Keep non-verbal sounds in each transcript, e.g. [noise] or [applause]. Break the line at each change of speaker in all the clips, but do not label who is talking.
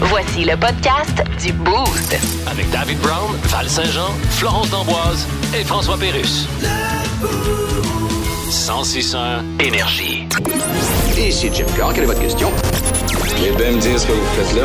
Voici le podcast du Boost.
Avec David Brown, Val Saint-Jean, Florence D'Amboise et François Pérus. 1061 Énergie.
Ici Jim Carr, quelle est votre question?
Et bien me dire ce que vous faites là.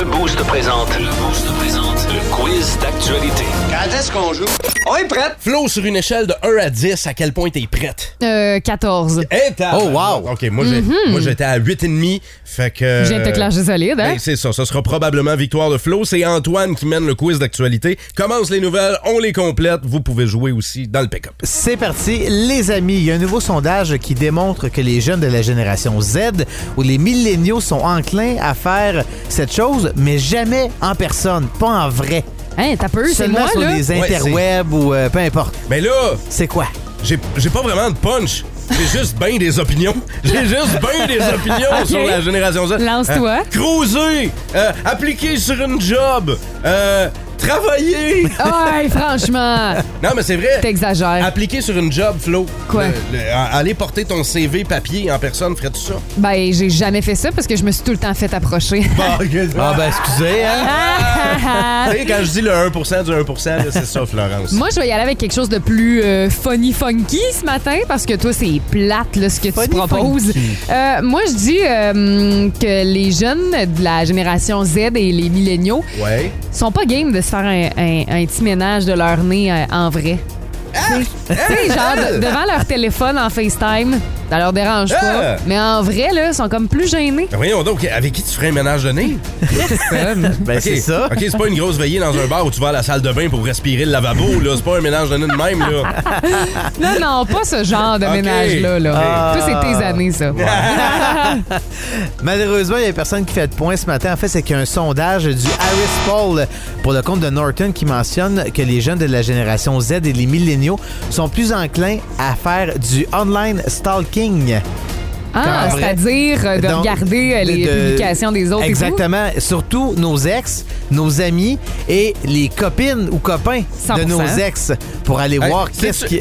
Le Boost présente. Le Boost présente. Le quiz d'actualité.
Quand est-ce qu'on joue? On est prêt!
Flo, sur une échelle de 1 à 10, à quel point t'es prête?
Euh, 14.
Et
Oh, wow.
Eh, OK, moi, j'ai- moi, j'étais à 8,5. Fait que...
Je viens de te clasher solide, hein?
Ben, c'est ça, ce sera probablement victoire de Flo. C'est Antoine qui mène le quiz d'actualité. Commence les nouvelles, on les complète. Vous pouvez jouer aussi dans le pick-up.
C'est parti, les amis. Il y a un nouveau sondage qui démontre que les jeunes de la génération Z ou les milléniaux sont enclins à faire cette chose, mais jamais en personne, pas en vrai.
Hein, t'as peur, c'est
Seulement
moi,
sur
là?
des
Ouais,
interwebs ou euh, peu importe.
Mais là,
C'est quoi?
j'ai j'ai pas vraiment de punch. J'ai juste bien des opinions. [laughs] J'ai juste bien des opinions sur la génération Z.
Lance-toi.
Euh, cruiser, euh, appliquer sur une job, euh, travailler.
[laughs]
Ouais, franchement,
Non, mais c'est vrai.
t'exagères.
Appliquer sur une job, Flo.
Quoi?
Le- le- aller porter ton CV papier en personne,
[laughs]
ferais-tu ça?
Ben, j'ai jamais fait ça parce que je me suis tout le temps fait
[laughs]
approcher. [laughs]
Ah ben excusez, hein?
Tu sais, quand je dis le 1% du 1%, là, c'est ça, Florence.
Moi, je vais y aller avec quelque chose de plus euh, funny funky ce matin parce que toi, c'est plate là, ce que
Funny
tu proposes.
funky.
Euh, moi, je dis euh, que les jeunes de la génération Z et les milléniaux
Ouais.
sont pas game de se faire un, un- un petit ménage de leur nez euh, en vrai.
Ah!
Tu sais, genre de- devant leur téléphone en FaceTime, ça leur dérange
Ah!
pas. Mais en vrai, là, ils sont comme plus gênés.
Ben voyons donc, avec qui tu ferais un ménage de nez?
Ben
Ok,
c'est ça.
OK, c'est pas une grosse veillée dans un bar où tu vas à la salle de bain pour respirer le lavabo, là. C'est pas un ménage de nez de même, là.
[laughs] Non, non, pas ce genre de
Ok.
ménage-là. Là.
Ah.
Toi, c'est tes années, ça. Ah,
Malheureusement, il y a personne qui fait de point ce matin. En fait, c'est qu'il y a un sondage du Harris Poll pour le compte de Norton qui mentionne que les jeunes de la génération Z et les milléniaux sont plus enclins à faire du online stalking.
Ah,
Qu'en vrai.
c'est-à-dire euh, de
Donc,
regarder euh, les
de-
publications des autres. et tout?
Exactement. Surtout nos ex, nos amis et les copines ou copains de
100%.
nos ex pour aller
Hey,
voir
c'est
qu'est-ce
sûr.
qui.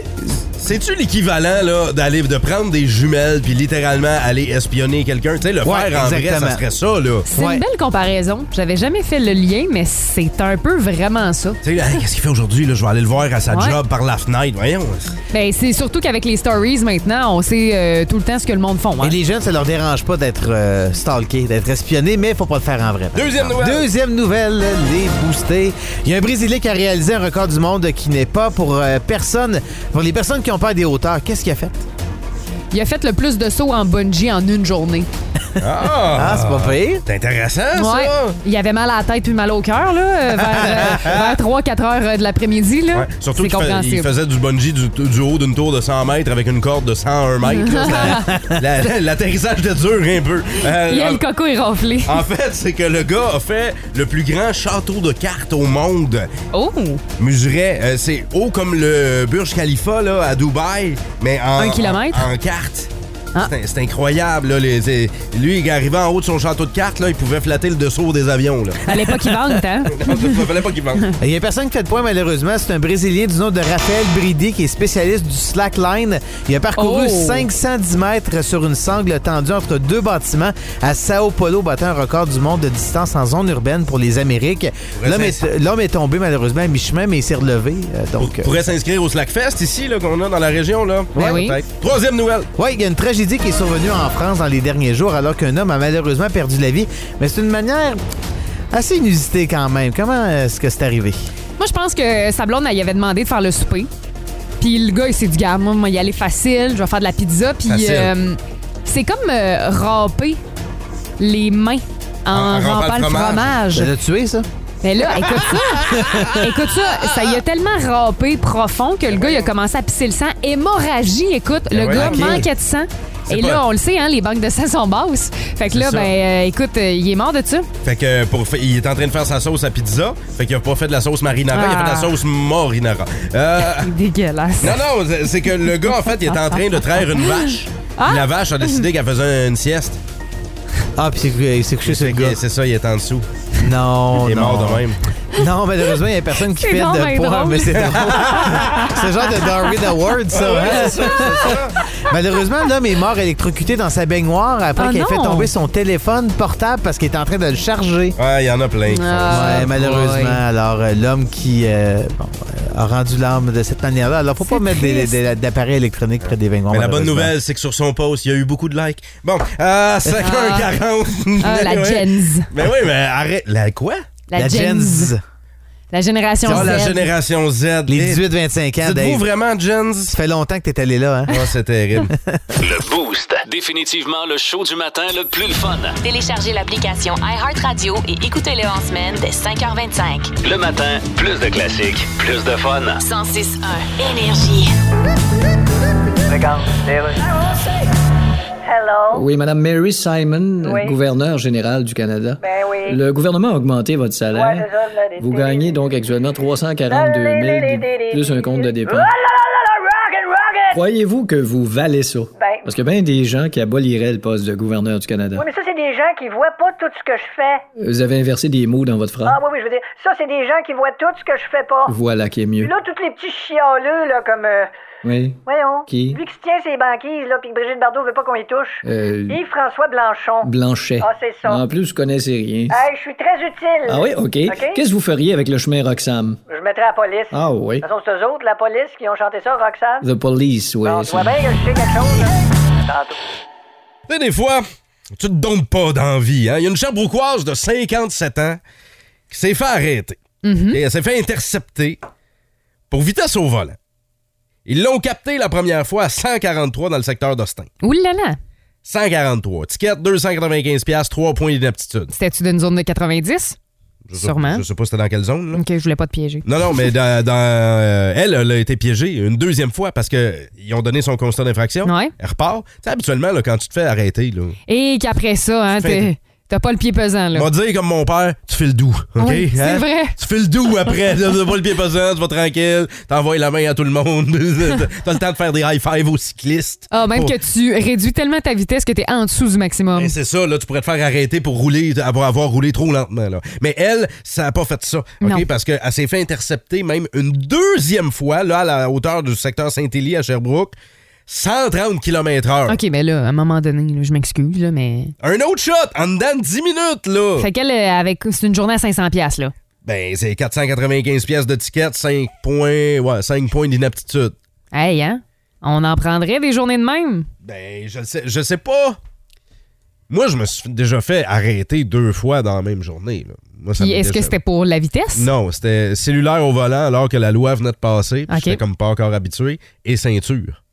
C'est-tu l'équivalent, là, d'aller, de prendre des jumelles puis littéralement aller espionner quelqu'un? Tu sais, le
Ouais,
faire en vrai,
exactement.
ça serait ça, là.
C'est
Ouais.
une belle comparaison. J'avais jamais fait le lien, mais c'est un peu vraiment ça.
Tu sais, là, hey, qu'est-ce qu'il fait aujourd'hui, là? Je vais aller le voir à sa
Ouais.
job par la fenêtre. Voyons.
Ben, c'est surtout qu'avec les stories maintenant, on sait euh, tout le temps ce que le monde font. hein.
Et les jeunes, ça leur dérange pas d'être euh, stalkés, d'être espionnés, mais faut pas le faire en vrai. par
Deuxième
exemple.
nouvelle.
Deuxième nouvelle, les boostés. Il y a un Brésilien qui a réalisé un record du monde qui n'est pas pour euh, personne, pour les personnes qui ont peur des hauteurs. Qu'est-ce qu'il a fait?
Il a fait le plus de sauts en bungee en une journée.
Ah,
Ah!
c'est pas pire.
C'est intéressant,
Ouais.
Ah, ça!
Il avait mal à la tête puis mal au cœur, là, euh, vers, 3-4 heures euh, de l'après-midi, là.
Ouais. Surtout
c'est
qu'il fa- il
compréhensible.
faisait du bungee du, du haut d'une tour de 100 mètres avec une corde de 101 mètres.
[laughs]
là. Ça- la- la- L'atterrissage était dur un peu. Euh,
Il a
en-
le coco est ronflé.
en fait, c'est que le gars a fait le plus grand château de cartes au monde.
Oh!
Mesurait, euh, c'est haut comme le Burj Khalifa là, à Dubaï, mais en,
Un kilomètre?
en, en carte.
Ah.
C'est- C'est incroyable. Là, les- c'est- lui, il arrivait en haut de son château de cartes, là, il pouvait flatter le dessous des avions.
[laughs]
Là.
Fallait pas qu'il vente, hein?
Non, ça, ça fallait pas qu'il vende.
Il y a personne qui fait de point, malheureusement. C'est un Brésilien du nom de Raphaël Bridé qui est spécialiste du slackline. Il a parcouru
Oh!
510 mètres sur une sangle tendue entre deux bâtiments à Sao Paulo, battant un record du monde de distance en zone urbaine pour les Amériques.
Pourrait
L'homme
s'ins-
est, l'homme est tombé, malheureusement, à mi-chemin, mais il s'est relevé. euh,
Pour-
donc, euh,
pourrait s'inscrire au Slackfest ici là, qu'on a dans la région là.
Ben oui.
peut-être. Troisième nouvelle.
Oui, il y a une tragédie qui est survenue en France dans les derniers jours alors qu'un homme a malheureusement perdu la vie. Mais c'est une manière assez inusitée quand même. Comment est-ce que c'est arrivé?
Moi, je pense que sa blonde, elle y avait demandé de faire le souper. Puis le gars, il s'est dit, gars, moi, moi, y aller facile, je vais faire de la pizza. Puis
Facile.
euh, c'est comme euh, râper les mains en,
En- en
rampant le fromage.
Je l'ai tué, ça?
Mais là, écoute ça.
[laughs]
écoute ça, ça y a tellement râpé profond que
Ben
le gars, il a commencé à pisser le sang. Hémorragie, écoute, le
ouais,
gars
Ben ok.
manquait de sang.
C'est
Et
pas-
là, on le sait, hein, les banques de sang sont basses. Fait que là,
C'est ça.
ben, euh, écoute, euh, il est mort de ça.
Fait que pour fa- il est en train de faire sa sauce à pizza. Fait qu'il a pas fait de la sauce marinara, il a fait de la
Ah.
sauce morinara. Euh, [laughs]
Dégueulasse.
non, non, c'est- c'est que le gars, en fait, il est en train de traire une vache.
Ah!
La vache a décidé qu'elle faisait une sieste.
Ah, puis c'est- il s'est couché sur le
Fait que
gars.
C'est ça, il est en dessous.
Non,
il est
Oh non.
mort de même.
Non, malheureusement, il n'y a personne qui
C'est
fait
donc
de
bien
[laughs]
points,
drôle.
mais c'est drôle. c'est le genre de Darwin Award, ça. hein? Malheureusement, l'homme est mort électrocuté dans sa baignoire après
Ah
qu'il ait
non.
fait tomber son téléphone portable parce qu'il était en train de le charger.
Ouais, il y en a plein. qui font ça.
Ah,
ouais, malheureusement.
boy.
Alors, euh, l'homme qui euh, bon, euh, a rendu l'âme de cette manière-là. Alors, faut pas
C'est
mettre des-
triste.
des- d'appareils électroniques près des baignoires.
Mais la bonne
malheureusement.
nouvelle, c'est que sur son post, il y a eu beaucoup de likes. Bon, ah, 5h40.
Ah, la
[laughs] Ouais.
Gens.
Mais oui, mais arrête. La quoi?
La,
La
Gens.
Gens.
La génération
Ah,
Z.
la génération Z.
Les
Eh,
18-25 ans,
Dites-vous
Dave.
vraiment, Jens?
Ça fait longtemps que t'es
[laughs]
allé là, hein?
Oh, c'est [laughs] terrible.
Le Boost. Définitivement le show du matin le plus le fun.
Téléchargez l'application iHeartRadio et écoutez-le en semaine dès 5h25.
Le matin, plus de classiques, plus de fun.
106.1 Énergie.
Oui, Madame Mary Simon, gouverneur général du Canada. Le gouvernement a augmenté votre salaire. Vous gagnez donc actuellement 342 000 de- plus un compte de dépenses. Croyez-vous que vous valez ça? Parce que bien des gens qui aboliraient le poste de gouverneur du Canada.
Mais ça, c'est des gens qui voient pas tout ce que je fais.
Vous avez inversé des mots dans votre phrase.
Ah oui, oui, je veux dire, ça, c'est des gens qui voient tout ce que je fais pas.
Voilà qui est mieux.
Puis là, tous les petits chialeux, là, comme... euh,
Oui.
voyons.
Qui?
Lui qui se tient ses banquises, là, puis que Brigitte Bardot veut pas qu'on y touche.
Euh,
Yves-François Blanchon.
Blanchet.
Ah, c'est ça.
En plus, vous connaissez rien.
Hey, je suis très utile.
Ah oui, OK. Qu'est-ce que vous feriez avec le chemin Roxham?
Je mettrai la police.
Ah oui.
De toute façon, c'est eux autres, la police, Ah, qui ont chanté ça, Roxane.
The Police, oui.
Bon, tu
c'est-
vois bien que je sais quelque chose, là. Tantôt.
Tu sais, des fois, tu te donnes pas d'envie. hein. Il y a une chabrouquoise de 57 ans qui s'est fait arrêter.
Mhm.
Et elle s'est fait intercepter pour vitesse au volant. Ils l'ont capté la première fois à 143 dans le secteur d'Austin.
Ouh là là.
143. Ticket 295$, piastres, 3 points d'inaptitude.
C'était-tu d'une zone de 90?
Je sais-
Sûrement.
Je sais pas c'était dans quelle zone. là.
OK, je voulais pas te piéger.
Non, non, mais dans, dans, euh, elle, elle a été piégée une deuxième fois parce qu'ils ont donné son constat d'infraction.
Ouais.
Elle repart. Tu sais, habituellement, là, quand tu te fais arrêter, là,
Et qu'après ça, hein,
Fait-
t'es- t'as pas le pied pesant, là. Ah
On va dire comme mon père, tu fais le doux, OK?
Oui, c'est
Hein?
vrai.
Tu fais le doux après, tu n'as pas le pied pesant, tu vas tranquille, t'envoies la main à tout le monde, [laughs] t'as le temps de faire des high five aux cyclistes.
Ah, même
Pour-
que tu réduis tellement ta vitesse que t'es en dessous du maximum.
Ben, Oh. c'est ça, là, tu pourrais te faire arrêter pour rouler, avoir, avoir roulé trop lentement. Là. Mais elle, ça n'a pas fait ça. OK?
Non.
Parce qu'elle s'est fait intercepter même une deuxième fois, là, à la hauteur du secteur Saint-Élie à Sherbrooke, 130 km/h.
OK, mais là, à un moment donné, là, je m'excuse, là, mais...
Un autre shot en dedans de 10 minutes, là.
Fait qu'elle, euh, avec... c'est une journée à 500 pièces là.
Ben, c'est 495 pièces de ticket, 5 points, ouais, 5 points d'inaptitude.
Hey, hein? On en prendrait des journées de même.
Ben, je le sais, je sais pas. Moi, je me suis déjà fait arrêter deux fois dans la même journée. là. Moi, ça
Puis
m'est
est-ce que
déjà-
c'était pour la vitesse?
Non, c'était cellulaire au volant alors que la loi venait de passer. puis
Ok.
J'étais comme pas encore habitué. Et ceinture.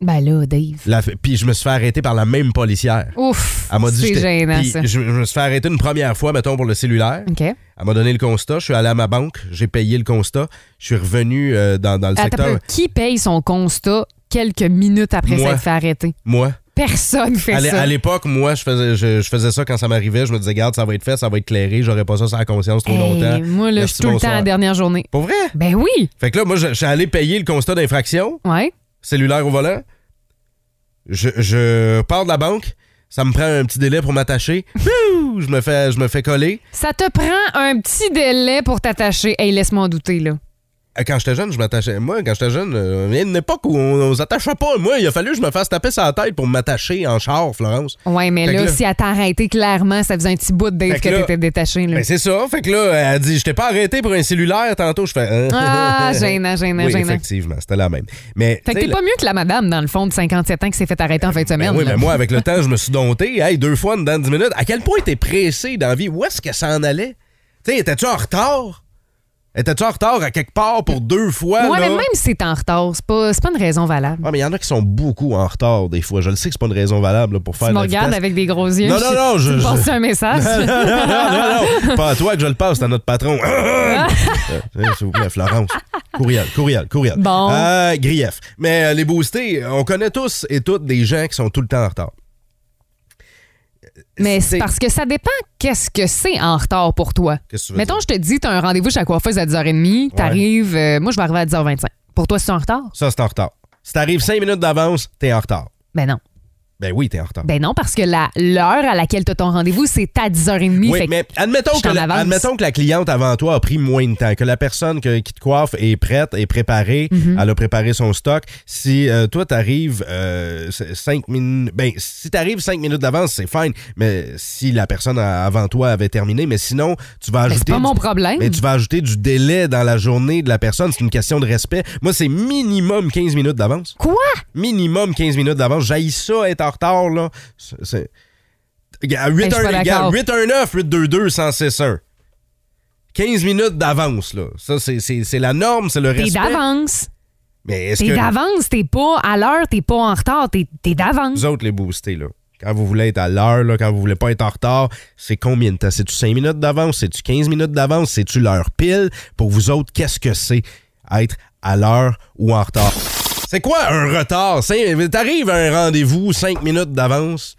Ben là, Dave.
La- Puis je me suis fait arrêter par la même policière.
Ouf,
Elle m'a dit
c'est
j'étais-
gênant,
puis
ça.
Je, je me suis fait arrêter une première fois, mettons, pour le cellulaire.
OK.
Elle m'a donné le constat. Je suis allé à ma banque. J'ai payé le constat. Je suis revenu euh, dans, dans le
Attends,
secteur.
qui paye son constat quelques minutes après
Moi.
s'être fait arrêter?
Moi.
Personne fait
À l'é-
ça.
à l'époque, moi, je faisais, je, je faisais ça quand ça m'arrivait. Je me disais, garde, ça va être fait, ça va être clairé, j'aurais pas ça sans conscience trop
Hey,
longtemps.
moi, là, je
Merci,
suis tout le temps à
bonsoir.
la dernière journée.
Pour vrai?
Ben oui!
Fait que là, moi, je, je suis allé payer le constat d'infraction,
Ouais.
cellulaire au volant. Je, je pars de la banque. Ça me prend un petit délai pour m'attacher. [laughs] Wouh! je me fais, je me fais coller.
Ça te prend un petit délai pour t'attacher. Hey, laisse-moi en douter, là.
Euh, Quand j'étais jeune, je m'attachais. Moi, quand j'étais jeune, euh, il y a une époque où on, on s'attachait pas. Moi, il a fallu que je me fasse taper sur la tête pour m'attacher en char, Florence.
Ouais, mais
Fait que
là,
là-
si elle t'a arrêté, clairement, ça faisait un petit bout de Dave
Fait
que
que là-
t'étais détaché, là.
Ben, c'est ça. Fait que là, elle dit, je t'ai pas arrêté pour un cellulaire tantôt. Je fais. hein? [laughs]
Ah, gênant, gênant,
oui,
gênant.
effectivement, c'était la même. Mais
Fait que
tu sais,
t'es pas mieux que la madame, dans le fond, de 57 ans qui s'est fait arrêter en fin de
ben
semaine.
oui,
là.
mais moi, avec le temps, je me suis dompté. Hey, deux fois dans 10 minutes. À quel point t'es pressé dans la vie? Où est-ce que ça en allait? Tu sais, étais-tu en retard? Étais-tu en retard à quelque part pour deux fois?
Ouais,
là?
mais même si c'est en retard, c'est pas, c'est pas une raison valable.
Ouais, mais il y en a qui sont beaucoup en retard des fois. Je le sais que c'est pas une raison valable là, pour faire
tu
de
me
la
regardes
vitesse.
avec des gros yeux.
Non, non, non,
tu
je-
me
je-
passes un message.
[laughs] non, non, non, pas à toi que je le passe, c'est à notre patron. [laughs] Euh, S'il vous plaît, Florence. Courriel, courriel, courriel.
Bon.
Euh, grief. Mais euh, les boostés, on connaît tous et toutes des gens qui sont tout le temps en retard.
mais c'est
C'est-
parce que ça dépend qu'est-ce que c'est en retard pour toi.
Qu'est-ce que tu veux
Mettons,
dire?
je te dis, t'as un rendez-vous chez la coiffeuse à 10h30, t'arrives, euh, moi je vais arriver à 10h25. Pour toi, c'est en retard?
Ça, c'est en retard. Si t'arrives cinq minutes d'avance, t'es en retard.
Ben non.
Ben oui, t'es en retard.
Ben non, parce que la- l'heure à laquelle tu as ton rendez-vous, c'est à 10h30.
oui,
fait que-
mais admettons
je
que,
t'en
la,
avance.
admettons que la cliente avant toi a pris moins de temps, que la personne que- qui te coiffe est prête, est préparée,
Mhm.
elle a préparé son stock. Si euh, toi, t'arrives euh, c- cinq minutes... Ben, si t'arrives cinq minutes d'avance, c'est fine, mais si la personne a- avant toi avait terminé, mais sinon, tu vas
Ben,
ajouter...
c'est pas
du-
mon problème.
Mais tu vas ajouter du délai dans la journée de la personne, c'est une question de respect. Moi, c'est minimum 15 minutes d'avance.
Quoi?
Minimum 15 minutes d'avance. J'haïs ça, être en retard, là. C'est- c'est- À
Ben,
8
suis pas
h
d'accord.
819, 822, 161. 15 minutes d'avance, là. Ça, c'est- c'est c'est la norme, c'est le
T'es
respect.
d'avance.
Mais est-ce
T'es
que
d'avance. T'es pas à l'heure, t'es pas en retard. T'es t'es d'avance.
vous autres, les boostés, là, quand vous voulez être à l'heure, là, quand vous voulez pas être en retard, c'est combien de temps? C'est-tu 5 minutes d'avance? C'est-tu 15 minutes d'avance? C'est-tu l'heure pile? Pour vous autres, qu'est-ce que c'est être à l'heure ou en retard? C'est quoi un retard? C'est- T'arrives à un rendez-vous 5 minutes d'avance.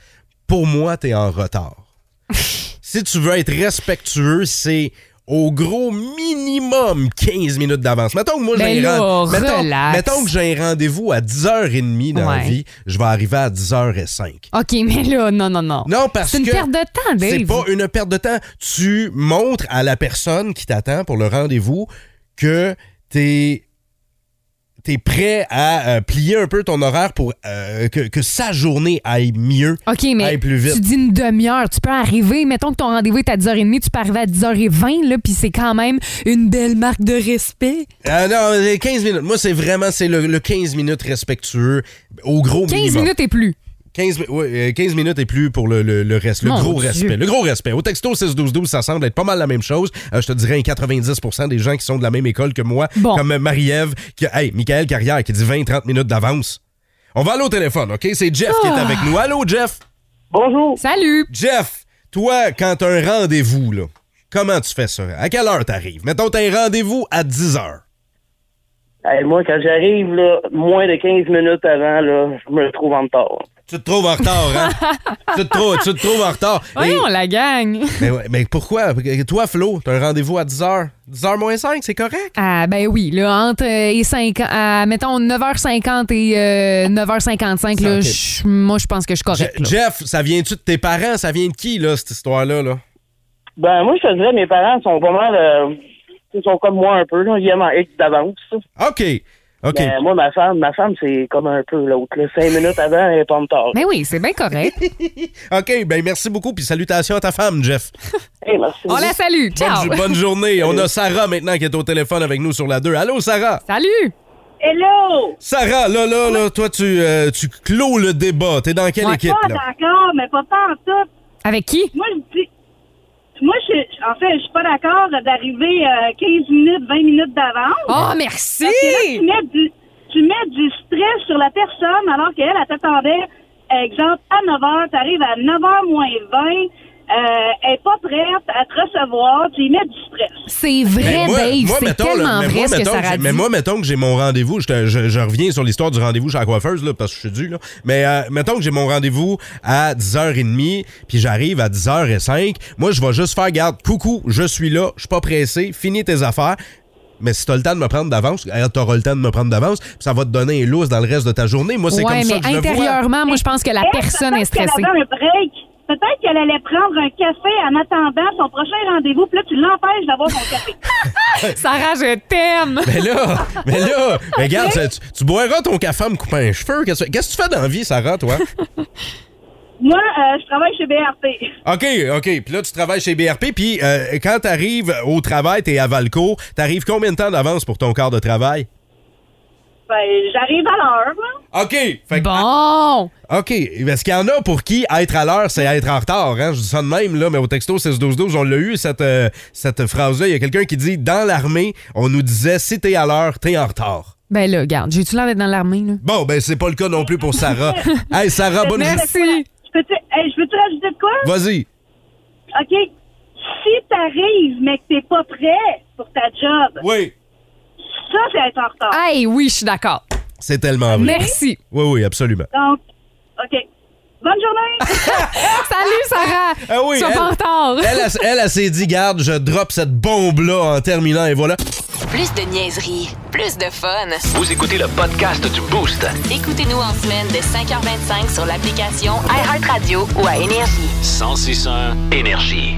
Pour moi, t'es en
[laughs]
retard. si tu veux être respectueux, c'est au gros minimum 15 minutes d'avance. Mettons que moi,
Ben
j'ai un
là,
rend- mettons-
relax.
mettons que j'ai un rendez-vous à 10h30 dans la
Ouais.
vie, je vais arriver à 10h05.
OK, mais là, non, non, non.
Non, parce
C'est une
que
perte de temps, Dave.
C'est pas une perte de temps. Tu montres à la personne qui t'attend pour le rendez-vous que t'es es prêt à euh, plier un peu ton horaire pour euh, que, que sa journée aille mieux.
OK, mais
Aille plus vite.
tu dis une demi-heure. Tu peux arriver, mettons que ton rendez-vous est à 10h30, tu peux arriver à 10h20, là, puis c'est quand même une belle marque de respect.
Ah non, les 15 minutes. Moi, c'est vraiment c'est le, le 15 minutes respectueux au gros
15
minimum.
minutes et plus.
15, mi- ouais, euh, 15 minutes et plus pour le, le, le reste, le
Mon
gros
Dieu.
respect. Le gros respect. Au texto 6-12-12, ça semble être pas mal la même chose. Euh, je te dirais un 90 des gens qui sont de la même école que moi,
Bon.
comme Marie-Ève, qui, hey, Michael Carrière qui dit 20-30 minutes d'avance. On va aller au téléphone, OK? C'est Jeff qui est
Ah.
avec nous. Allô, Jeff?
Salut!
Jeff, toi, quand t'as un rendez-vous, là, comment tu fais ça? À quelle heure t'arrives? Mettons, t'as un rendez-vous à 10 heures.
Hey, moi, quand j'arrive, là, moins de 15 minutes avant, là, je me trouve en retard.
Tu te trouves en retard,
[laughs]
hein? tu, te trouves, tu te trouves en retard. Et-
Voyons, la gang!
Mais, ouais, mais pourquoi? Toi, Flo, t'as un rendez-vous à 10h. 10h moins 5, c'est correct?
Ah, ben oui, là, entre euh, et 5, ah, mettons 9h50 et euh, 9h55, là,
Ok.
je- moi, je pense que je suis correct.
Je-
là.
Jeff, ça vient-tu de tes parents? Ça vient de qui, là, cette histoire-là? Là?
Ben, moi, je te dirais, mes parents sont pas mal, euh, ils sont comme moi un peu, là, ils aiment en X d'avance.
OK. OK.
Ben, moi, ma femme, ma femme, c'est comme un peu l'autre, là. Cinq minutes avant, elle est pas en retard.
Mais Ben oui, c'est bien correct.
OK, ben merci beaucoup, puis salutations à ta femme, Jeff.
Hey, merci.
On la salue. Ciao!
Bonne, bonne journée. On a Sarah maintenant qui est au téléphone avec nous sur la 2. Allô, Sarah?
Salut!
Hello!
Sarah, là, là, là, toi, tu, euh, tu clôt le débat. T'es dans quelle
Ouais.
équipe,
Pas
là?
d'accord, mais pas tant en tout.
Avec qui?
Moi, je dis. Moi, je, en fait, je suis pas d'accord d'arriver euh, 15 minutes, 20 minutes d'avance.
Oh, merci!
Parce que là, tu mets du, tu mets du stress sur la personne alors qu'elle, elle t'attendait, exemple, à 9 h, t'arrives à 9 h moins 20, euh, elle est pas prête à te recevoir, tu y mets du stress.
C'est vrai,
Ben, moi,
Eh, Dave.
moi,
C'est
mettons,
tellement
là, mais
vrai
moi,
ce que
mettons
ça
j'ai-
a dit.
Mais moi, mettons que j'ai mon rendez-vous, je, te- je- je reviens sur l'histoire du rendez-vous chez la coiffeuse, là, parce que je suis dû, là. mais euh, mettons que j'ai mon rendez-vous à 10h30, puis j'arrive à 10h05, moi, je vais juste faire, garde, coucou, je suis là, je suis pas pressé, finis tes affaires, mais si t'as le temps de me prendre d'avance, eh, t'auras le temps de me prendre d'avance, puis ça va te donner un lousse dans le reste de ta journée. Moi, c'est
ouais,
comme ça
mais
que je le vois.
intérieurement, moi, je pense que la
Elle,
personne
peut-être
est stressée.
qu'elle avait un break. Peut-être qu'elle allait prendre un café en attendant son prochain rendez-vous, puis là, tu l'empêches d'avoir son
[laughs]
café.
Sarah, je t'aime!
Mais là, mais là,
[laughs]
mais regarde, ça, tu, tu boiras ton café en me coupant un cheveu. Qu'est-ce que qu'est-ce que tu fais dans la vie, Sarah, toi?
Moi, euh, je travaille chez BRP.
OK, OK. Puis là, tu travailles chez BRP. Puis euh, quand tu arrives au travail, tu es à Valco, tu arrives combien de temps d'avance pour ton quart de travail?
Ben, j'arrive à l'heure, là.
OK. Fait que-
Bon!
OK. Parce qu'il y en a pour qui être à l'heure, c'est être en retard. Hein? Je dis ça de même, là, mais au texto 16-12-12, on l'a eu, cette, euh, cette phrase-là. Il y a quelqu'un qui dit Dans l'armée, on nous disait si t'es à l'heure, t'es en retard.
Ben là, regarde, j'ai-tu l'air d'être dans l'armée, là?
Bon, ben, c'est pas le cas non plus pour Sarah.
[laughs]
hey, Sarah, bonne journée.
Merci!
Je peux-tu hey, je peux-tu rajouter de quoi?
Vas-y.
OK. Si t'arrives, mais que t'es pas prêt pour ta job,
Oui.
ça, c'est être en retard.
Hey, oui, je suis d'accord.
C'est tellement vrai.
Merci.
Oui, oui, absolument.
Donc, OK. Bonne
[laughs]
journée!
Salut, Sarah!
Ah oui,
Sois
elle-
pas en retard!
Elle, elle, elle, elle s'est dit, garde, je drop cette bombe-là en terminant, et voilà.
Plus de niaiserie, plus de fun.
Vous écoutez le podcast du Boost.
Écoutez-nous en semaine de 5h25 sur l'application iHeartRadio ou à Énergie.
1061 Énergie.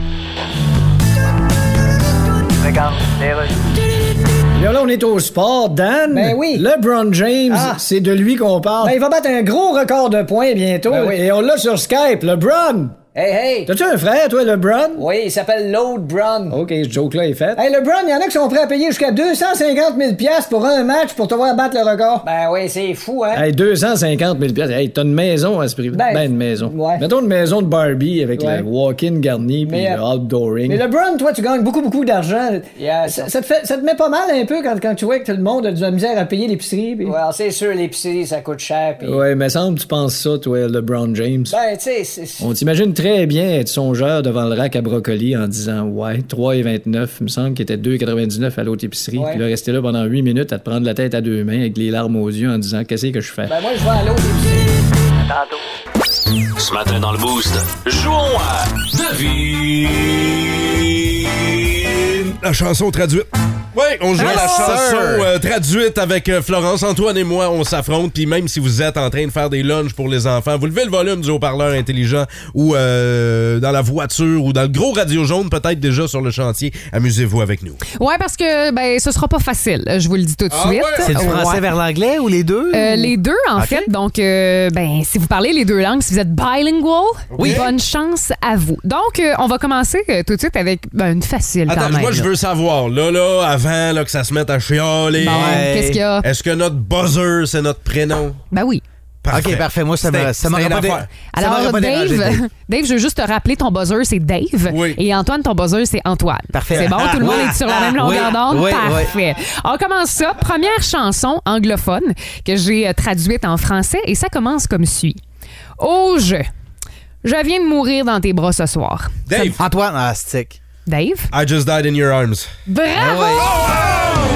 Là, là, on est au sport, Dan.
Ben oui.
LeBron James,
Ah.
c'est de lui qu'on parle.
Ben, il va battre un gros record de points bientôt.
Ben oui, et on l'a sur Skype, LeBron.
Hey, hey!
T'as-tu un frère, toi, LeBron?
Oui, il s'appelle Lode Brown.
OK, ce joke-là est fait.
Hey, LeBron, il y en a qui sont prêts à payer jusqu'à 250 000 piastres pour un match pour te voir battre le record. Ben oui, c'est fou, hein?
Hey, 250 000 piastres. Hey, t'as une maison à ce prix. Ben,
Ben,
une maison.
ouais.
Mettons une maison de Barbie avec
Ouais.
le walk-in garni puis
Mais,
le
euh,
outdooring.
Mais LeBron, toi, tu gagnes beaucoup, beaucoup d'argent.
Yes.
Ça, ça te fait- ça te met pas mal un peu quand, quand tu vois que tout le monde a de la misère à payer l'épicerie. puis-
Ouais, c'est sûr, l'épicerie, ça coûte cher. Pis...
Ouais, mais semble que tu penses ça, toi, LeBron James.
Ben, tu sais, c'est-
On t'imagine très bien être songeur devant le rack à brocoli en disant Ouais, 3,29, il me semble qu'il était 2,99 à l'autre épicerie.
Ouais.
Puis là, rester là pendant 8 minutes à te prendre la tête à deux mains avec les larmes aux yeux en disant Qu'est-ce que je fais
ben moi, je vais à l'autre épicerie.
Ce matin dans le Boost, jouons à Devine.
La chanson traduite. Oui, on joue à la
sir.
chanson euh, traduite avec euh, Florence, Antoine et moi. On s'affronte. Puis même si vous êtes en train de faire des lunchs pour les enfants, vous levez le volume du haut-parleur intelligent ou euh, dans la voiture ou dans le gros radio jaune, peut-être déjà sur le chantier. Amusez-vous avec nous.
Ouais, parce que ben ce sera pas facile, je vous le dis tout de
Ah
suite.
ouais?
C'est du
Ouais.
français vers l'anglais ou les deux?
Euh, les deux, en
Ok.
fait. Donc, euh, ben, si vous parlez les deux langues, si vous êtes bilingual, bonne chance à vous. Donc, euh, on va commencer euh, tout de suite avec ben, une facile quand
Attends,
même.
moi je
là.
veux savoir, là, là, avant là, que ça se mette à chialer,
Bon,
Ouais.
qu'est-ce qu'il y
Euh,
a?
est-ce que notre buzzer, c'est notre prénom?
Ben oui.
Parfait.
OK, parfait. Moi, ça
C'était-
m'a- ça m'aurait
c'était
pas, dé-
l'affaire.
ça m'aurait
Alors,
pas
Dave,
dérangé, Dave.
[laughs] Dave. je veux juste te rappeler, ton buzzer, c'est Dave.
Oui.
Et Antoine, ton buzzer, c'est Antoine.
Parfait.
C'est bon, tout le monde
Oui.
est sur la même longueur
Oui.
d'onde.
Oui,
Parfait. On commence ça. Première chanson anglophone que j'ai euh, traduite en français et ça commence comme suit. Oh, je. Je viens de mourir dans tes bras ce soir.
Dave,
Antoine, ah, stick.
Dave?
I just died in your arms.
Bravo!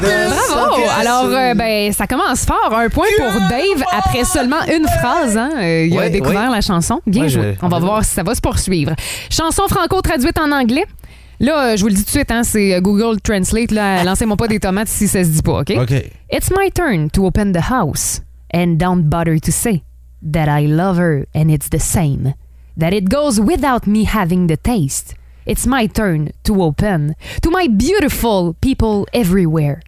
Bravo! Alors, euh, ben, ça commence fort. Un point pour Dave après seulement une phrase. hein. Euh, il a
Oui,
découvert
oui.
la chanson. Bien
Oui,
joué.
je-
On va voir si ça va se poursuivre. Chanson franco traduite en anglais. Là, euh, je vous le dis tout de suite, hein, c'est euh, Google Translate. là. Lancez-moi pas des tomates si ça se dit pas, OK?
OK.
It's my turn to open the house. And don't bother to say that I love her and it's the same. That it goes without me having the taste. It's my turn to open to my beautiful people everywhere.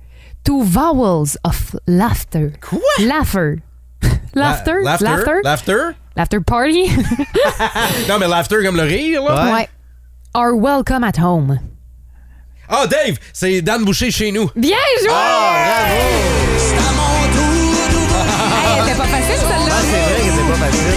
Two vowels of laughter. Quoi? Laugher. [laughs] Laughter?
La-
Laughter?
Laughter?
Laughter party? [laughs]
Non, mais laughter comme le rire, là.
Ouais.
ouais. Are welcome at home.
Ah, Dave, c'est Dan Boucher chez nous.
Bien joué!
Ah,
Hey, elle était pas facile,
Ah,
celle-là.
C'est vrai que c'est pas facile.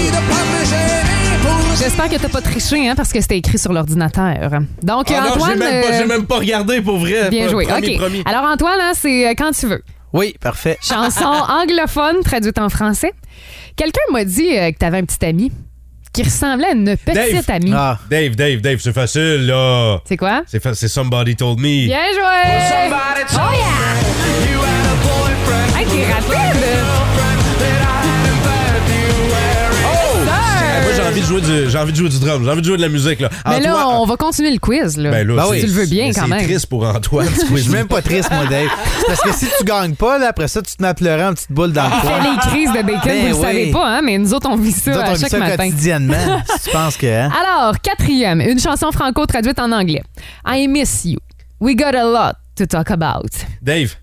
J'espère que t'as pas triché, hein, parce que c'était écrit sur l'ordinateur. Donc,
Ah non, j'ai
Antoine.
même, pas-
euh,
j'ai même pas regardé pour vrai.
Bien
Pr-
joué.
Promis,
OK.
promis.
Alors, Antoine, hein, c'est euh, quand tu veux.
Oui, parfait.
[laughs]
Chanson anglophone traduite en français. Quelqu'un m'a dit euh, que t'avais un petit ami qui ressemblait à une petite
Dave.
amie.
Ah.
Dave, Dave, Dave, c'est facile, là.
C'est quoi?
C'est fa- c'est Somebody Told Me.
Bien joué! Oh yeah! Hey, t'es rapide!
Ah, Moi, j'ai envie, de jouer du- j'ai envie de jouer du drum, j'ai envie de jouer de la musique, là.
Mais là,
Antoine-
on va continuer le quiz, là.
Ah, Ben là,
Ben
c'est-
oui.
tu le veux bien
mais
quand
C'est
même.
triste pour Antoine.
Je suis [laughs] même pas triste, moi,
[laughs]
Dave. C'est Parce que si tu gagnes pas, là, après ça, tu te mets à pleurer en petite boule dans le
Fait
coin.
Ah, les crises de bacon,
Ben
vous le savez
oui.
pas, hein, mais nous autres, on vit ça
Nous autres, on
à
vit
chaque
ça
matin. [laughs] Ah.
quotidiennement. si tu penses que. hein?
Alors, quatrième, une chanson franco traduite en anglais. I miss you. We got a lot to talk about.
Dave,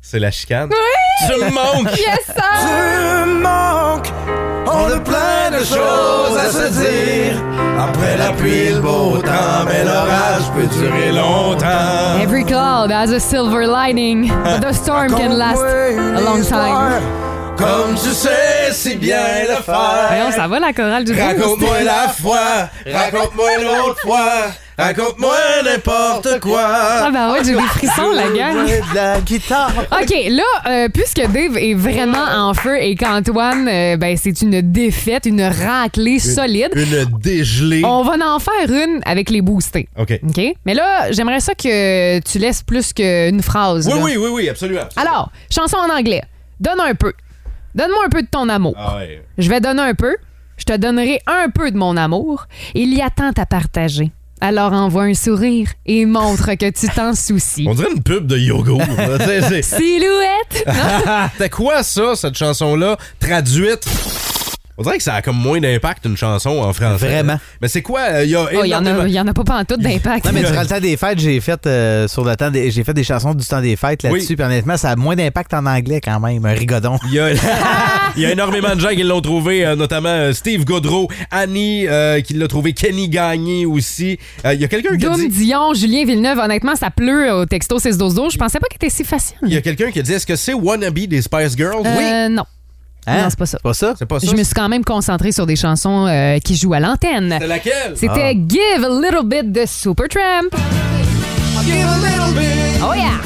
c'est la chicane. Oui! Tu me manques!
Yes, sir!
On a plein de choses à se dire. Après la pluie, le beau temps, mais l'orage peut durer
longtemps.
Every cloud has a silver lining, but the storm can last a long time.
Comme tu sais si bien le faire.
Voyons, ça va la chorale du
Raconte-moi la fois, raconte-moi l'autre fois, raconte-moi n'importe
Ah
quoi.
ben ouais, j'ai des frissons, la gueule.
De la guitare.
OK, là, euh, puisque Dave est vraiment en feu et qu'Antoine, euh, ben, c'est une défaite, une raclée solide,
Une dégelée.
on va en faire une avec les boostés.
OK.
OK? Mais là, j'aimerais ça que tu laisses plus qu'une phrase.
Oui,
là. Ah.
oui, oui, oui, absolument.
Alors, chanson en anglais. Donne un peu. Donne-moi un peu de ton amour.
Ah ouais.
Je vais donner un peu. Je te donnerai un peu de mon amour. Il y a tant à partager. Alors envoie un sourire et montre que tu t'en soucies.
[laughs] On dirait une pub de
[laughs]
yogourt. là. C'est- c'est- [laughs]
Silhouette!
C'était quoi ça, cette chanson-là, traduite? On dirait que ça a comme moins d'impact une chanson en français.
Vraiment.
Mais c'est quoi? euh, Il y a
Oh, Il y en
énormément-
a- il y en, a pas pantoute d'impact.
Non, mais durant le temps des fêtes, j'ai fait euh, sur le temps des- j'ai fait des chansons du temps des fêtes là-dessus.
Oui.
Puis honnêtement, ça a moins d'impact en anglais quand même, un rigodon.
Il y, a, il y a [laughs] énormément de gens qui l'ont trouvé, euh, notamment euh, Steve Godreau, Annie euh, qui l'a trouvé, Kenny Gagné aussi. Euh, il y a quelqu'un qui a
Doom,
dit...
Dion, Julien Villeneuve, honnêtement, ça pleut au texto 6 12 12. Je pensais pas qu'il était si facile.
Il y a quelqu'un qui a dit est-ce que c'est Wannabe des Spice Girls?
Euh, non.
Hein?
Non, c'est pas ça.
C'est pas ça? C'est pas ça?
Je me suis quand même concentrée sur des chansons euh, qui jouent à l'antenne.
C'était laquelle?
C'était
Ah.
Give a Little Bit de Supertramp.
Ah.
Give a little bit.
Oh yeah.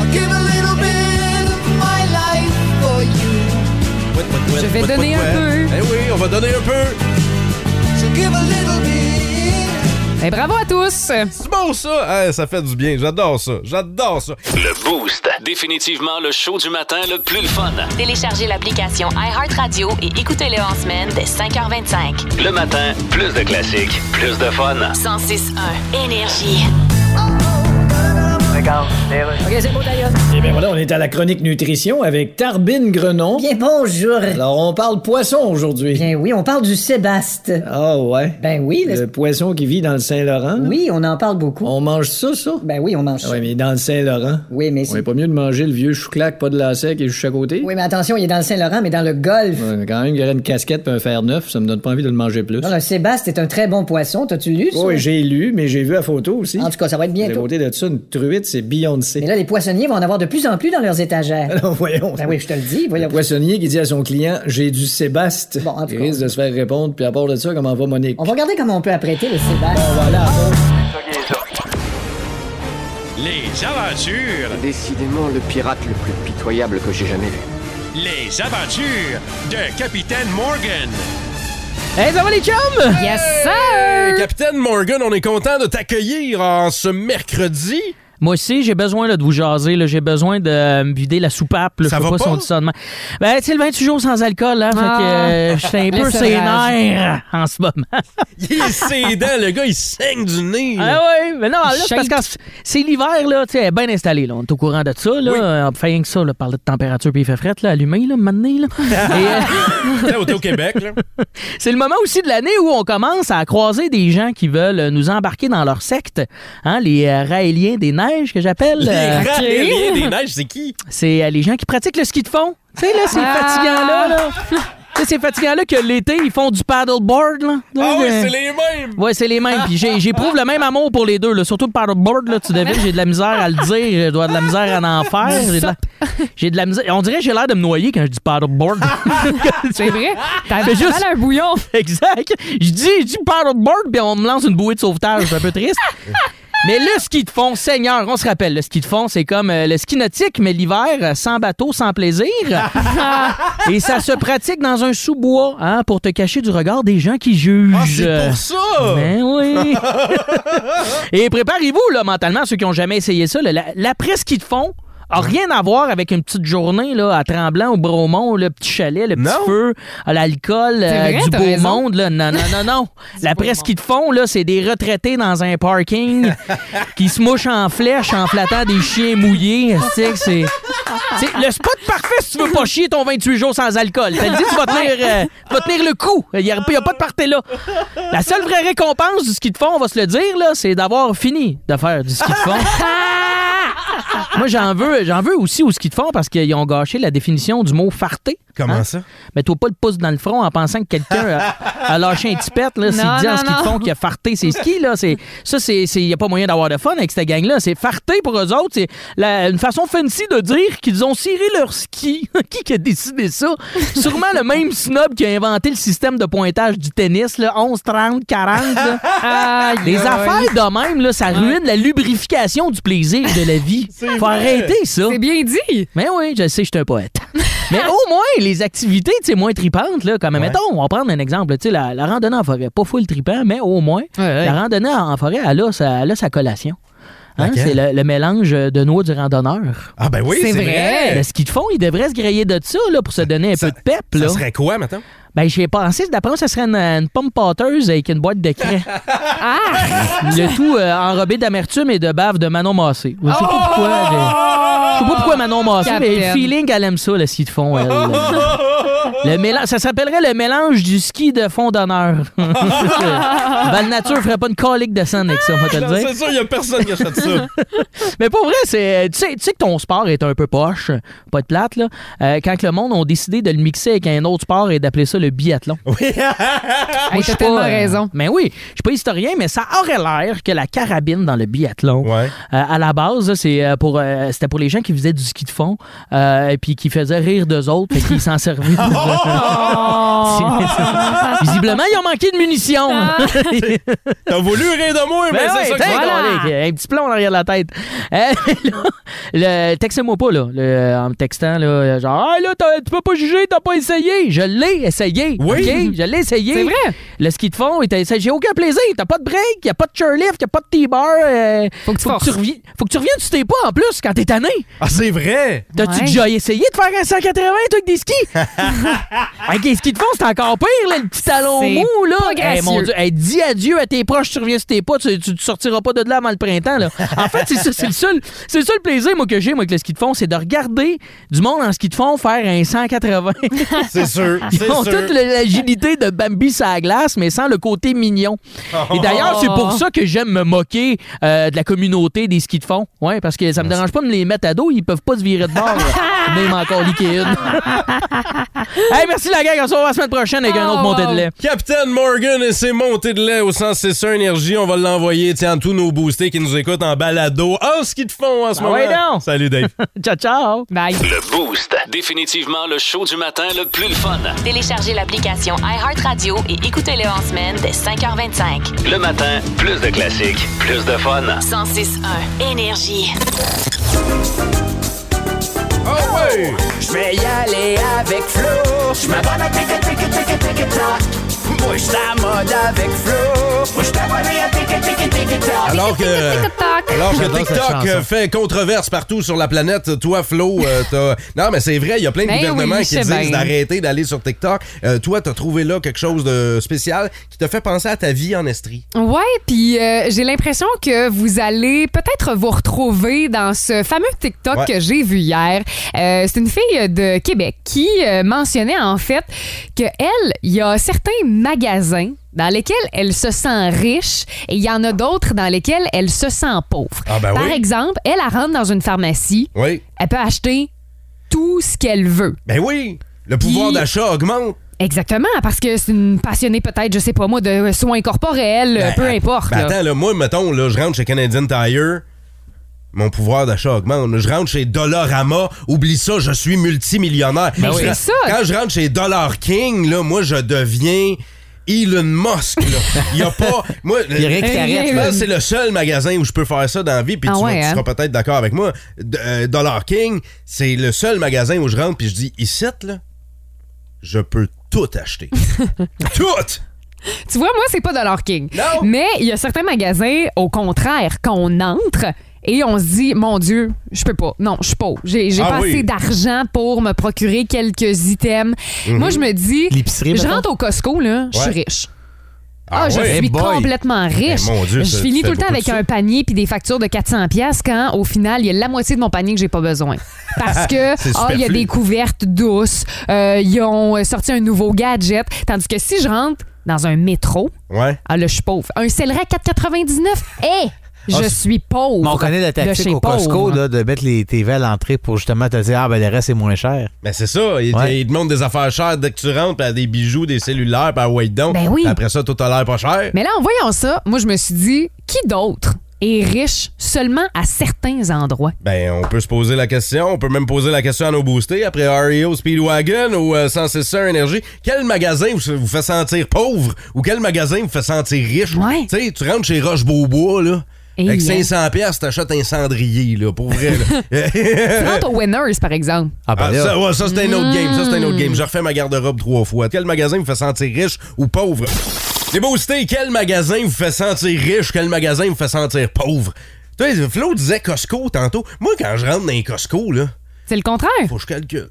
I'll give a little bit of my life for you.
Je vais donner un peu.
Eh oui, on va donner un peu.
So give a little bit.
Et Eh, bravo à tous! C'est
bon ça! Eh, ça fait du bien, j'adore ça, j'adore ça.
Le Boost. Définitivement le show du matin le plus le fun.
Téléchargez l'application iHeartRadio et écoutez-le en semaine dès 5h25.
Le matin, plus de classiques, plus de fun.
106.1 Énergie.
OK, c'est bon, d'ailleurs.
Et bien voilà, on est à la chronique nutrition avec Tarbine Grenon.
Bien bonjour.
Alors, on parle poisson aujourd'hui.
Bien oui, on parle du Sébaste.
Ah ouais.
Ben oui.
Le poisson qui vit dans le Saint-Laurent. là.
Oui, on en parle beaucoup.
On mange ça, ça?
Ben oui, on mange
Ah
ça.
Ouais, mais dans le Saint-Laurent.
Oui, mais
On est pas mieux de manger le vieux chouclac, pas de la sec et juste à côté.
Oui, mais attention, il est dans le Saint-Laurent, mais dans le Golfe.
Ouais, mais quand même, il y aurait une casquette et un fer neuf, ça me donne pas envie de le manger plus.
Non, le Sébaste est un très bon poisson. T'as-tu lu ça?
Oui, j'ai lu, mais j'ai vu la photo aussi.
En tout cas, ça va être
À
bientôt.
côté de ça, une truite, c'est Beyoncé.
Mais là, les poissonniers vont en avoir de plus en plus dans leurs étagères.
Non, [laughs] voyons.
Ben oui, je te le dis.
Le
Voyons.
poissonnier qui dit à son client J'ai du Sébaste.
tout
il
cas.
risque de se faire répondre, puis à part de ça, comment va Monique
On va regarder comment on peut apprêter le Sébaste.
Les aventures.
Décidément le pirate le plus pitoyable que j'ai jamais vu.
Les aventures de Capitaine Morgan.
Hey, ça va les chums?
Yes,
Hey,
sir!
Euh, Capitaine Morgan, on est content de t'accueillir en ce mercredi.
Moi aussi, j'ai besoin là, de vous jaser. là. J'ai besoin de euh, me vider la soupape. Là.
Ça
Je sais
va
si on
pas?
dit ça de même. Ben, tu sais, le 28 jours sans alcool, hein, fait
Ah.
que euh, je suis un peu
Laisse
ses
rage.
nerfs en ce moment.
[laughs]
Il est sédent, [laughs] le gars, il saigne du nez. là.
Ah oui, mais non, là, c'est
Shake.
parce que c'est l'hiver, là, tu sais, elle est bien installé, là. On est au courant de ça, là. Euh, On fait rien que ça, là, parler de température puis il fait fret, là, allumé, là, maintenant, là.
[laughs]
Ah
Et, euh,
Là, on est au Québec, là.
c'est le moment aussi de l'année où on commence à croiser des gens qui veulent euh, nous embarquer dans leur secte, hein, les euh, raéliens des neiges, que j'appelle.
Les
euh,
Raéliens des neiges, c'est qui?
C'est euh, les gens qui pratiquent le ski de fond. Tu sais, là, ces
Ah.
fatigants-là, là. Tu sais, ces fatigants-là que l'été, ils font du paddleboard, là.
Ah oui,
Euh,
c'est les mêmes!
Ouais, c'est les mêmes. Puis j'ai- j'éprouve le même amour pour les deux. Là. Surtout le paddleboard, là, tu devines, j'ai de la misère à le dire. Je dois de la misère à en faire. J'ai de la, j'ai de la misère. On dirait que j'ai l'air de me noyer quand je dis
[laughs]
paddleboard.
c'est vrai. T'as
Fais juste-
mal à un bouillon.
[laughs] Exact. Je dis, je dis paddleboard, puis on me lance une bouée de sauvetage. C'est un
[laughs]
peu triste. Mais le ski de fond, Seigneur, on se rappelle, le ski de fond, c'est comme euh, le ski nautique, mais l'hiver, euh, sans bateau,
[laughs]
sans plaisir. Et ça se pratique dans un sous-bois, hein, pour te cacher du regard des gens qui jugent.
Ah, c'est pour ça! [laughs]
Ben oui. Et préparez-vous, là, mentalement, ceux qui n'ont jamais essayé ça. là, la- L'après-ski de fond a rien à voir avec une petite journée là, à Tremblant, au Bromont, le petit chalet, le petit feu, à l'alcool, euh,
vrai,
du
t'as
beau
raison.
monde. Là. Non, non,
[laughs]
non, non. L'après-ski de fond, là, c'est des retraités dans un
[laughs]
parking qui se mouchent en flèche en flattant des chiens mouillés. Tu sais que C'est c'est le spot parfait si tu veux pas chier ton 28 jours sans alcool. Ça le dit, tu vas tenir, euh, tu vas tenir le coup. Il n'y a, il y a pas de parté là. La seule vraie récompense du ski de fond, on va se le dire, là, c'est d'avoir fini de faire du ski de
[laughs]
fond. Moi, j'en veux, j'en veux aussi au ski de fond parce qu'ils ont gâché la définition du mot farté.
Comment
Hein?
ça?
[laughs]
Mets-toi pas le pouce dans le front en pensant que quelqu'un a, a lâché un petit pet, là, s'il
Non,
dit en
non,
ski de
non.
fond qu'il a farté ses skis, là. C'est, ça, c'est, c'est- y a pas moyen d'avoir de fun avec cette gang-là. C'est farté pour eux autres. C'est la- une façon fancy de dire qu'ils ont ciré leur ski. [laughs] qui qui a décidé ça? Sûrement le même snob qui a inventé le système de pointage du tennis, là, 11, 30, 40, là.
Aïe,
Les
aïe.
affaires de même, là, ça ruine la lubrification du plaisir de la vie. Faut
vrai.
arrêter ça.
C'est bien dit.
Mais oui, je sais, je suis un poète. [laughs] Mais au moins, les activités, tu sais, moins tripantes, là, comme, mettons, on va prendre un exemple, tu sais, la, la randonnée en forêt, pas full tripant, mais au moins, la randonnée en forêt, elle a sa, elle a sa collation. Hein,
Laquelle?
c'est le, le mélange de noix du randonneur.
Ah ben oui, C'est c'est vrai. vrai.
Mais ce qu'ils font, ils devraient se griller de ça là, pour se donner un peu de pep.
Ça
là.
serait quoi, maintenant?
Ben, j'ai pensé, d'après moi, ça serait une, une pomme pâteuse avec une boîte
[laughs]
de craie.
Ah!
Le tout euh, enrobé d'amertume et de bave de Manon Massé. Je sais
Oh!
pas pourquoi. mais- Je sais pas pourquoi Manon
Ah,
Massé, mais le
Capitaine.
feeling qu'elle aime ça, le ski de fond. elle, là.
[laughs]
Le mélange, ça s'appellerait le mélange du ski de
[laughs]
fond d'honneur. Val Nature ferait pas une colique de sang avec ça, on va te le
[laughs] Non,
dire.
C'est sûr, il y a personne qui achète ça.
Mais pour vrai, c'est tu sais, tu sais que ton sport est un peu poche, pas de plate là. Euh, quand que le monde ont décidé de le mixer avec un autre sport et d'appeler ça le biathlon. Oui.
Hey, t'as tellement
euh.
raison.
Mais oui, je suis pas historien, mais ça aurait l'air que la carabine dans le biathlon, euh, à la base, là, c'est euh, pour euh, c'était pour les gens qui faisaient du ski de fond euh, et puis qui faisaient rire d'eux autres et qui s'en servaient. [laughs]
Oh.
Visiblement, ils ont manqué de munitions. [laughs]
T'as voulu rire de moi, mais
Ben
c'est
ouais,
ça que
t'es
c'est
collé, qu'il y a Un petit plomb derrière la tête. Euh, [laughs] là, le, textez-moi pas, là, le- en me textant, là, genre, ah, là, t'as- tu peux pas juger, t'as pas essayé. Je l'ai essayé.
Oui.
OK? Je l'ai essayé.
C'est vrai.
Le ski de fond, t'as essayé. j'ai aucun plaisir. T'as pas de break, y a pas de chairlift, y a pas de T-bar. euh, faut, que tu reviennes. Faut que tu reviennes, tu t'es pas en plus quand t'es tanné.
Ah, c'est vrai!
T'as-tu déjà essayé de faire un 180, toi, avec
[laughs]
des skis? avec les skis de fond, c'est encore pire, là, le petit talon
C'est
mou, là.
pas gracieux.
Eh, mon Dieu, eh, dis adieu à tes proches, tu reviens sur tes pas, tu, tu, tu sortiras pas de là avant le printemps, là. En fait, c'est ça, c'est le seul, c'est le seul plaisir, moi, que j'ai, moi, avec le ski de fond, c'est de regarder du monde en ski de fond faire un 180.
[laughs]
[laughs]
C'est sûr,
Ils
c'est
ont
sûr.
toute le- l'agilité de Bambi sur la glace, mais sans le côté mignon. Et d'ailleurs, c'est pour ça que j'aime me moquer euh, de la communauté des skis de fond. Ouais, parce que ça me dérange pas de me les mettre à dos, ils peuvent pas se virer de bord. là. Même encore liquide. hey, merci la gang, on se revoit la semaine prochaine avec un autre montée de lait.
Captain Morgan et ses montées de lait au sens c'est ça énergie, on va l'envoyer tiens, à tous nos boostés qui nous écoutent en balado. Oh, ce qu'ils te font en ce
Ah
moment.
ouais, donc.
Salut Dave.
ciao ciao.
Bye.
Le Boost. Définitivement le show du matin le plus le fun.
Téléchargez l'application iHeartRadio et écoutez-le en semaine dès 5h25.
Le matin, plus de classiques, plus de fun.
106.1 Énergie.
Je vais y aller avec Flo. Je m'abonne à Ticket, Ticket, Ticket, Ticket, Toc. Moi, je mode avec Flo. Moi, je t'abonne à Ticket, Ticket, Ticket, Toc.
Alors
[laughs]
que, alors que
J'adore cette
TikTok
chanson.
fait controverse partout sur la planète, toi Flo,
[laughs]
euh, t'as- non mais c'est vrai, il y a plein de
Ben
gouvernements
oui,
qui
je sais
disent
bien.
d'arrêter d'aller sur TikTok. Euh, toi, t'as trouvé là quelque chose de spécial qui te fait penser à ta vie en Estrie.
Ouais, puis euh, j'ai l'impression que vous allez peut-être vous retrouver dans ce fameux TikTok
Ouais.
que j'ai vu hier. Euh, c'est une fille de Québec qui euh, mentionnait en fait que elle, il y a certains magasins dans lesquels elle se sent riche et il y en a d'autres dans lesquels elle se sent pauvre.
Ah ben
Par
oui.
exemple, elle, elle rentre dans une pharmacie,
Oui.
elle peut acheter tout ce qu'elle veut.
Ben oui, le pouvoir
Puis-
d'achat augmente.
Exactement, parce que c'est une passionnée peut-être, je sais pas moi, de soins corporels,
Ben,
Euh, peu
att-
importe.
ben
là.
attends, là, moi, mettons, là, je rentre chez Canadian Tire, mon pouvoir d'achat augmente. Je rentre chez Dollarama, oublie ça, je suis multimillionnaire.
Ben
Je
oui.
re-
C'est ça.
Quand je rentre chez Dollar King, là, moi, je deviens... Elon Musk, là. Il y a pas. [laughs] Moi,
Il y a rien qui t'arrête,
Je
là.
pense que c'est le seul magasin où je peux faire ça dans la vie, puis
Ah
tu, vas-
ouais,
tu
hein?
seras peut-être d'accord avec moi. D- euh, Dollar King, c'est le seul magasin où je rentre, puis je dis, ici, là, je peux tout
[laughs]
acheter. tout!
Tu vois, moi, c'est pas Dollar King. Mais il y a certains magasins, au contraire, qu'on entre et on se dit, mon Dieu, je peux pas. Non, je suis pauvre. J'ai j'ai
Ah
pas
oui.
assez d'argent pour me procurer quelques items.
Mhm.
Moi, je me dis,
L'épicerie,
je
mettons?
rentre au Costco, là, je suis
Ouais.
riche.
Ah
Ah, je
ouais?
suis
Hey boy.
complètement riche.
Ben, mon Dieu,
je
ça
finis
fait
tout le temps
beaucoup de
avec
sous.
un panier puis des factures de 400 pièces quand au final, il y a la moitié de mon panier que j'ai pas besoin.
[laughs]
Parce que
C'est
ah, il y a
superflu.
des couvertes douces, euh, ils ont euh, sorti un nouveau gadget, tandis que si je rentre dans un métro,
Ouais.
ah là, je suis pauvre. Un Celery à 4,99.
Eh!
Hé! je
Ah, c'est-
suis pauvre.
Mais on connaît la
De
tactique
chez
au Costco
pauvre.
là, de mettre les TV à l'entrée pour justement te dire Ah, ben le reste est moins cher.
Ben c'est ça, ils
Ouais.
ils te montrent des affaires chères dès que tu rentres, puis à des bijoux, des cellulaires, puis à wait donc.
Ben oui.
Puis Après ça, tout a l'air pas cher.
Mais là, en voyant ça, moi, je me suis dit, qui d'autre est riche seulement à certains
[laughs]
endroits?
Ben on peut se poser la question, on peut même poser la question à nos boostés après REO Speedwagon ou euh, 161 Énergie. Quel magasin vous, vous fait sentir pauvre ou quel magasin vous fait sentir riche? Tu sais, tu rentres chez Roche Beaubois, là.
Et
avec
Eh yeah.
500 pièces, t'achètes un cendrier, là, pour vrai.
[laughs]
là.
Tu rentres au Winners, par exemple.
Ah,
ben là.
ça, ouais, ça c'est un autre
Mm.
game. Ça c'est un autre game. Je refais ma garde-robe trois fois. Quel magasin vous fait sentir riche ou pauvre Les boostés, quel magasin vous fait sentir riche Quel magasin vous fait sentir pauvre Toi, Tu sais, Flo disait Costco tantôt. Moi, quand je rentre dans les Costco, là.
C'est le contraire.
Faut que je calcule.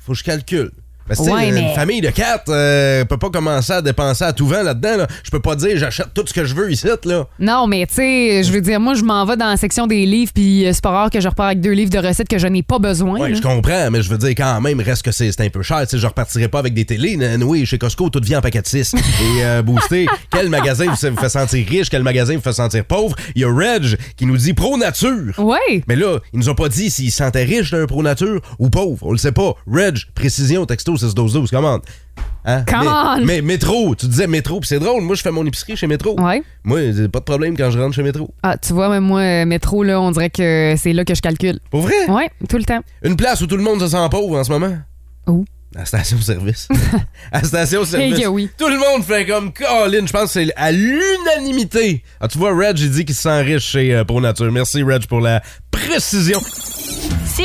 Faut que je calcule. Parce que tu sais,
Ouais,
une
mais-
famille de quatre euh, peut pas commencer à dépenser à tout vent là-dedans. Là. Je peux pas dire j'achète tout ce que je veux ici, là.
Non, mais tu sais, je veux dire, moi, je m'en vais dans la section des livres, puis euh, c'est pas rare que je repars avec deux livres de recettes que je n'ai pas besoin.
Ouais,
là.
je comprends, mais je veux dire, quand même, reste que c'est c'est un peu cher. Tu sais, je repartirai pas avec des télés. Oui, chez Costco, tout vient en paquet de 6.
[laughs]
Et euh, Boosté, quel magasin vous, vous fait sentir riche, quel magasin vous fait sentir pauvre? Il y a Reg qui nous dit pro-nature.
Ouais.
Mais là, ils nous ont pas dit s'ils se sentaient riches d'un pro-nature ou pauvre. On le sait pas. Reg, précision, texto 61212, commande. Hein?
Come
mais,
on!
mais métro, tu disais métro, puis c'est drôle. Moi, je fais mon épicerie chez métro. Moi, j'ai pas de problème quand je rentre chez métro.
Ah, tu vois, même moi, euh, métro, là, on dirait que c'est là que je calcule.
Pour vrai?
Ouais, tout le temps.
Une place où tout le monde se sent pauvre en ce moment?
Où? [laughs]
À station-service. à station-service.
Eh que oui.
Tout le monde fait comme Colin. Je pense que c'est à l'unanimité. Ah, tu vois, Reg, il dit qu'il se sent riche chez euh, Pro Nature. Merci, Reg, pour la précision.
Si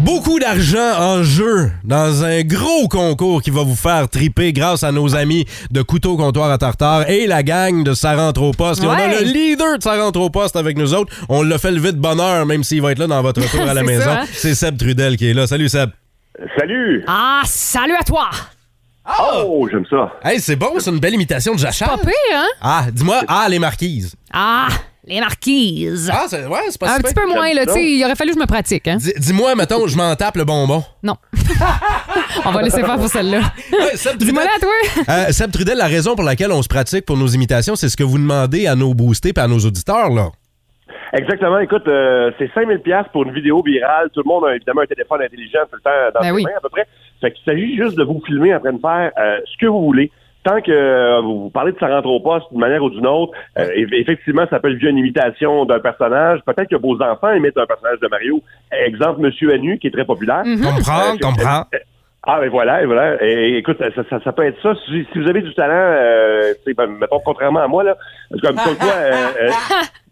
Beaucoup d'argent en jeu dans un gros concours qui va vous faire triper grâce à nos amis de Couteau Comptoir à Tartare et la gang de Sa rentre au poste. Et on a
Ouais.
le leader de Sa rentre au poste avec nous autres. On l'a fait lever de bonne heure, même s'il va être là dans votre retour à la
[laughs] C'est
maison.
ça, hein?
C'est Seb Trudel qui est là. Salut Seb.
Salut.
Ah, salut à toi!
Oh, j'aime ça.
Hey, c'est bon, c'est une belle imitation de Jachal.
Pas pire, hein?
Ah, dis-moi, ah, les marquises.
Ah, les marquises.
Ah, c'est, ouais, c'est pas
Un
si
petit
pire.
peu moins, là, tu sais, il aurait fallu que je me pratique, hein?
Di- Dis-moi, mettons, je m'en tape
[laughs]
le bonbon.
[laughs]
Non. on va laisser faire pour celle-là. Dis-moi là, toi!
Euh, Seb Trudel, la raison pour laquelle on se pratique pour nos imitations, c'est ce que vous demandez à nos boostés et à nos auditeurs, là.
Exactement. Écoute, euh, c'est 5000 pièces pour une vidéo virale. Tout le monde a évidemment un téléphone intelligent tout le temps dans
Ben
ses
oui.
mains à peu près. Fait qu'il s'agit juste de vous filmer en train de faire euh, ce que vous voulez. Tant que euh, vous vous parlez de sa rentre au poste d'une manière ou d'une autre, euh, eff- effectivement, ça peut être via une imitation d'un personnage. Peut-être que vos enfants imitent un personnage de Mario. Exemple, Monsieur Anu, qui est très populaire.
Mhm.
Comprends, comprends.
Ah, ben voilà, et voilà. Et, écoute, ça, ça, ça peut être ça. Si, si vous avez du talent, euh, tu sais, ben, mettons, contrairement à moi, là, comme, comme toi, euh, euh,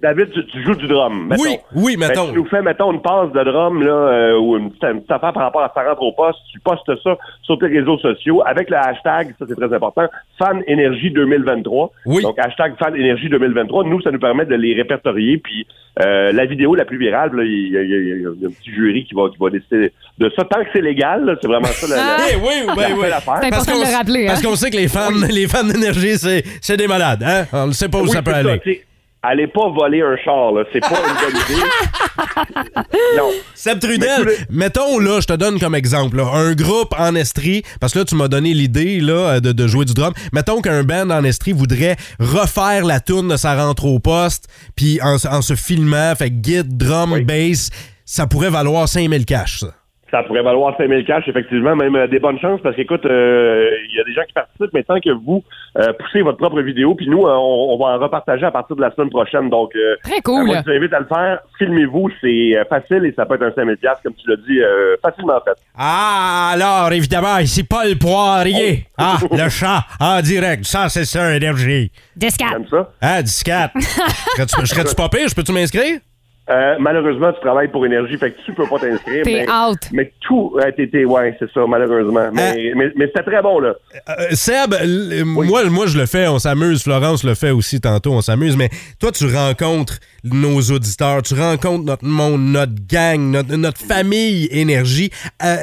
David, tu, tu joues du drum. Mettons.
Oui, oui, mettons.
Ben, tu nous fais, mettons, une passe de drum, là, euh, ou une petite, une petite affaire par rapport à ça rentre au poste. Tu postes ça sur tes réseaux sociaux avec le hashtag, ça c'est très important, Fan Énergie 2023.
Oui.
Donc, hashtag Fan Énergie 2023. Nous, ça nous permet de les répertorier. Puis, euh, la vidéo la plus virale, là, il y, a- il y a- il y a- il y a un petit jury qui va, qui va décider de ça. Tant que c'est légal, là, c'est vraiment ça la,
Ah.
la-
Eh oui, ben
la
oui.
seule affaire.
Parce qu'on s-
hein.
Parce qu'on sait que les fans, [laughs] les fans d'énergie, c'est, c'est des malades, hein? On ne sait pas où
Oui,
ça peut
c'est
aller.
tu sais, Allez pas voler un char, là. C'est pas une bonne idée. non.
Seb
Ben,
Trudel, mettons là, je te donne comme exemple, là, un groupe en Estrie, parce que là tu m'as donné l'idée là, euh, de, de jouer du drum, mettons qu'un band en Estrie voudrait refaire la tourne de sa rentre au poste, puis en, se- en se filmant, fait guide, drum, bass, ça pourrait valoir 5000 cash, ça.
Ça pourrait valoir 5000 cash, effectivement, même euh, des bonnes chances, parce qu'écoute, euh, il y a des gens qui participent, mais tant que vous euh, poussez votre propre vidéo, puis nous, euh, on, on va en repartager à partir de la semaine prochaine. Donc, euh,
Très cool.
euh, moi, je vous invite à le faire. Filmez-vous, c'est euh, facile et ça peut être un 5000 piastres, comme tu l'as dit, euh, facilement fait.
Ah, alors, évidemment, ici Paul Poirier.
Oh.
Ah, le chat en direct. Ça, c'est ça, énergie.
Discap.
Comme ça? Euh,
Ah, discap. Serais-tu- Serais-tu pas pire? Je peux-tu m'inscrire?
Euh, malheureusement, tu travailles pour énergie, fait que tu peux pas t'inscrire.
T'es
mais-
out.
Mais tout, ouais, t'es, t'es- ouais, c'est ça, malheureusement. Mais, mais, mais c'était très bon, là.
Ah. Euh, Seb, l- moi, moi, je le fais, on s'amuse. Florence le fait aussi tantôt, on s'amuse. Mais toi, tu rencontres nos auditeurs, tu rencontres notre monde, notre gang, notre, notre famille énergie. Euh,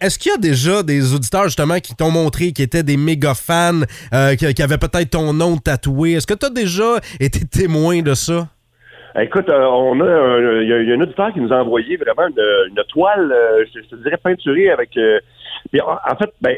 est-ce qu'il y a déjà des auditeurs justement qui t'ont montré, qui étaient des méga fans, euh, qui, qui avaient peut-être ton nom tatoué? Est-ce que tu as déjà été témoin de ça?
Écoute, euh, on a, un- il y a, il y a un auditeur qui nous a envoyé vraiment une, une toile, euh, je, je te dirais peinturée avec. euh, puis en, en fait, ben,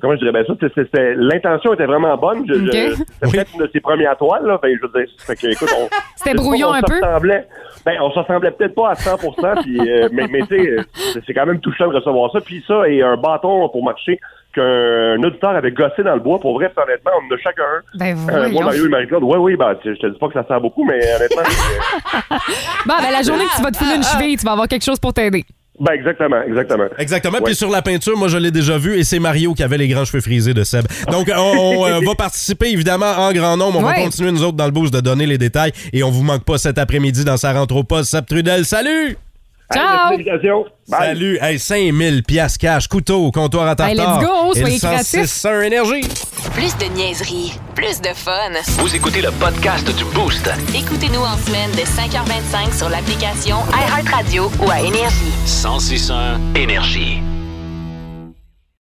comment je dirais bien ça, c'est- c'est- c'est- l'intention était vraiment bonne. Je, je-
Ok.
c'était peut-être une de ses premières toiles, là. Ben, je veux dire, fait que, écoute, on-
C'était
je sais pas,
brouillon
on
un
se
peu?
ressemblait. Ben, on se ressemblait peut-être pas à 100%, puis, euh, mais, mais tu sais, euh, c'est- c'est quand même touchant de recevoir ça. Puis ça, et un bâton pour marcher qu'un auditeur avait gossé dans le bois. Pour vrai, puis honnêtement, on en a chacun un.
Ben,
Euh,
voyons.
moi, Mario et Marie-Claude, oui, oui, ben, je te dis pas que ça sert beaucoup, mais honnêtement, [laughs]
Ah, Bon, ben, la journée que tu vas te filer une cheville, tu vas avoir quelque chose pour t'aider.
Ben exactement, exactement.
Exactement.
Ouais.
Puis sur la peinture, moi, je l'ai déjà vu et c'est Mario qui avait les grands cheveux frisés de Seb.
Ah.
Donc, on, on, euh, va participer évidemment en grand nombre. On va
Ouais.
continuer, nous autres, dans le boost de donner les détails et on vous manque pas cet après-midi dans sa rentre au poste. Seb Trudel, salut!
Ciao!
Salut! Hey, 5000 piastres cash, couteau, comptoir à
Hey,
tartare.
let's go, soyez créatifs.
C'est un énergie.
Plus de niaiserie, plus de fun.
Vous écoutez le podcast du Boost.
Écoutez-nous en semaine de 5h25 sur l'application iHeartRadio ou à Énergie.
1061 Énergie.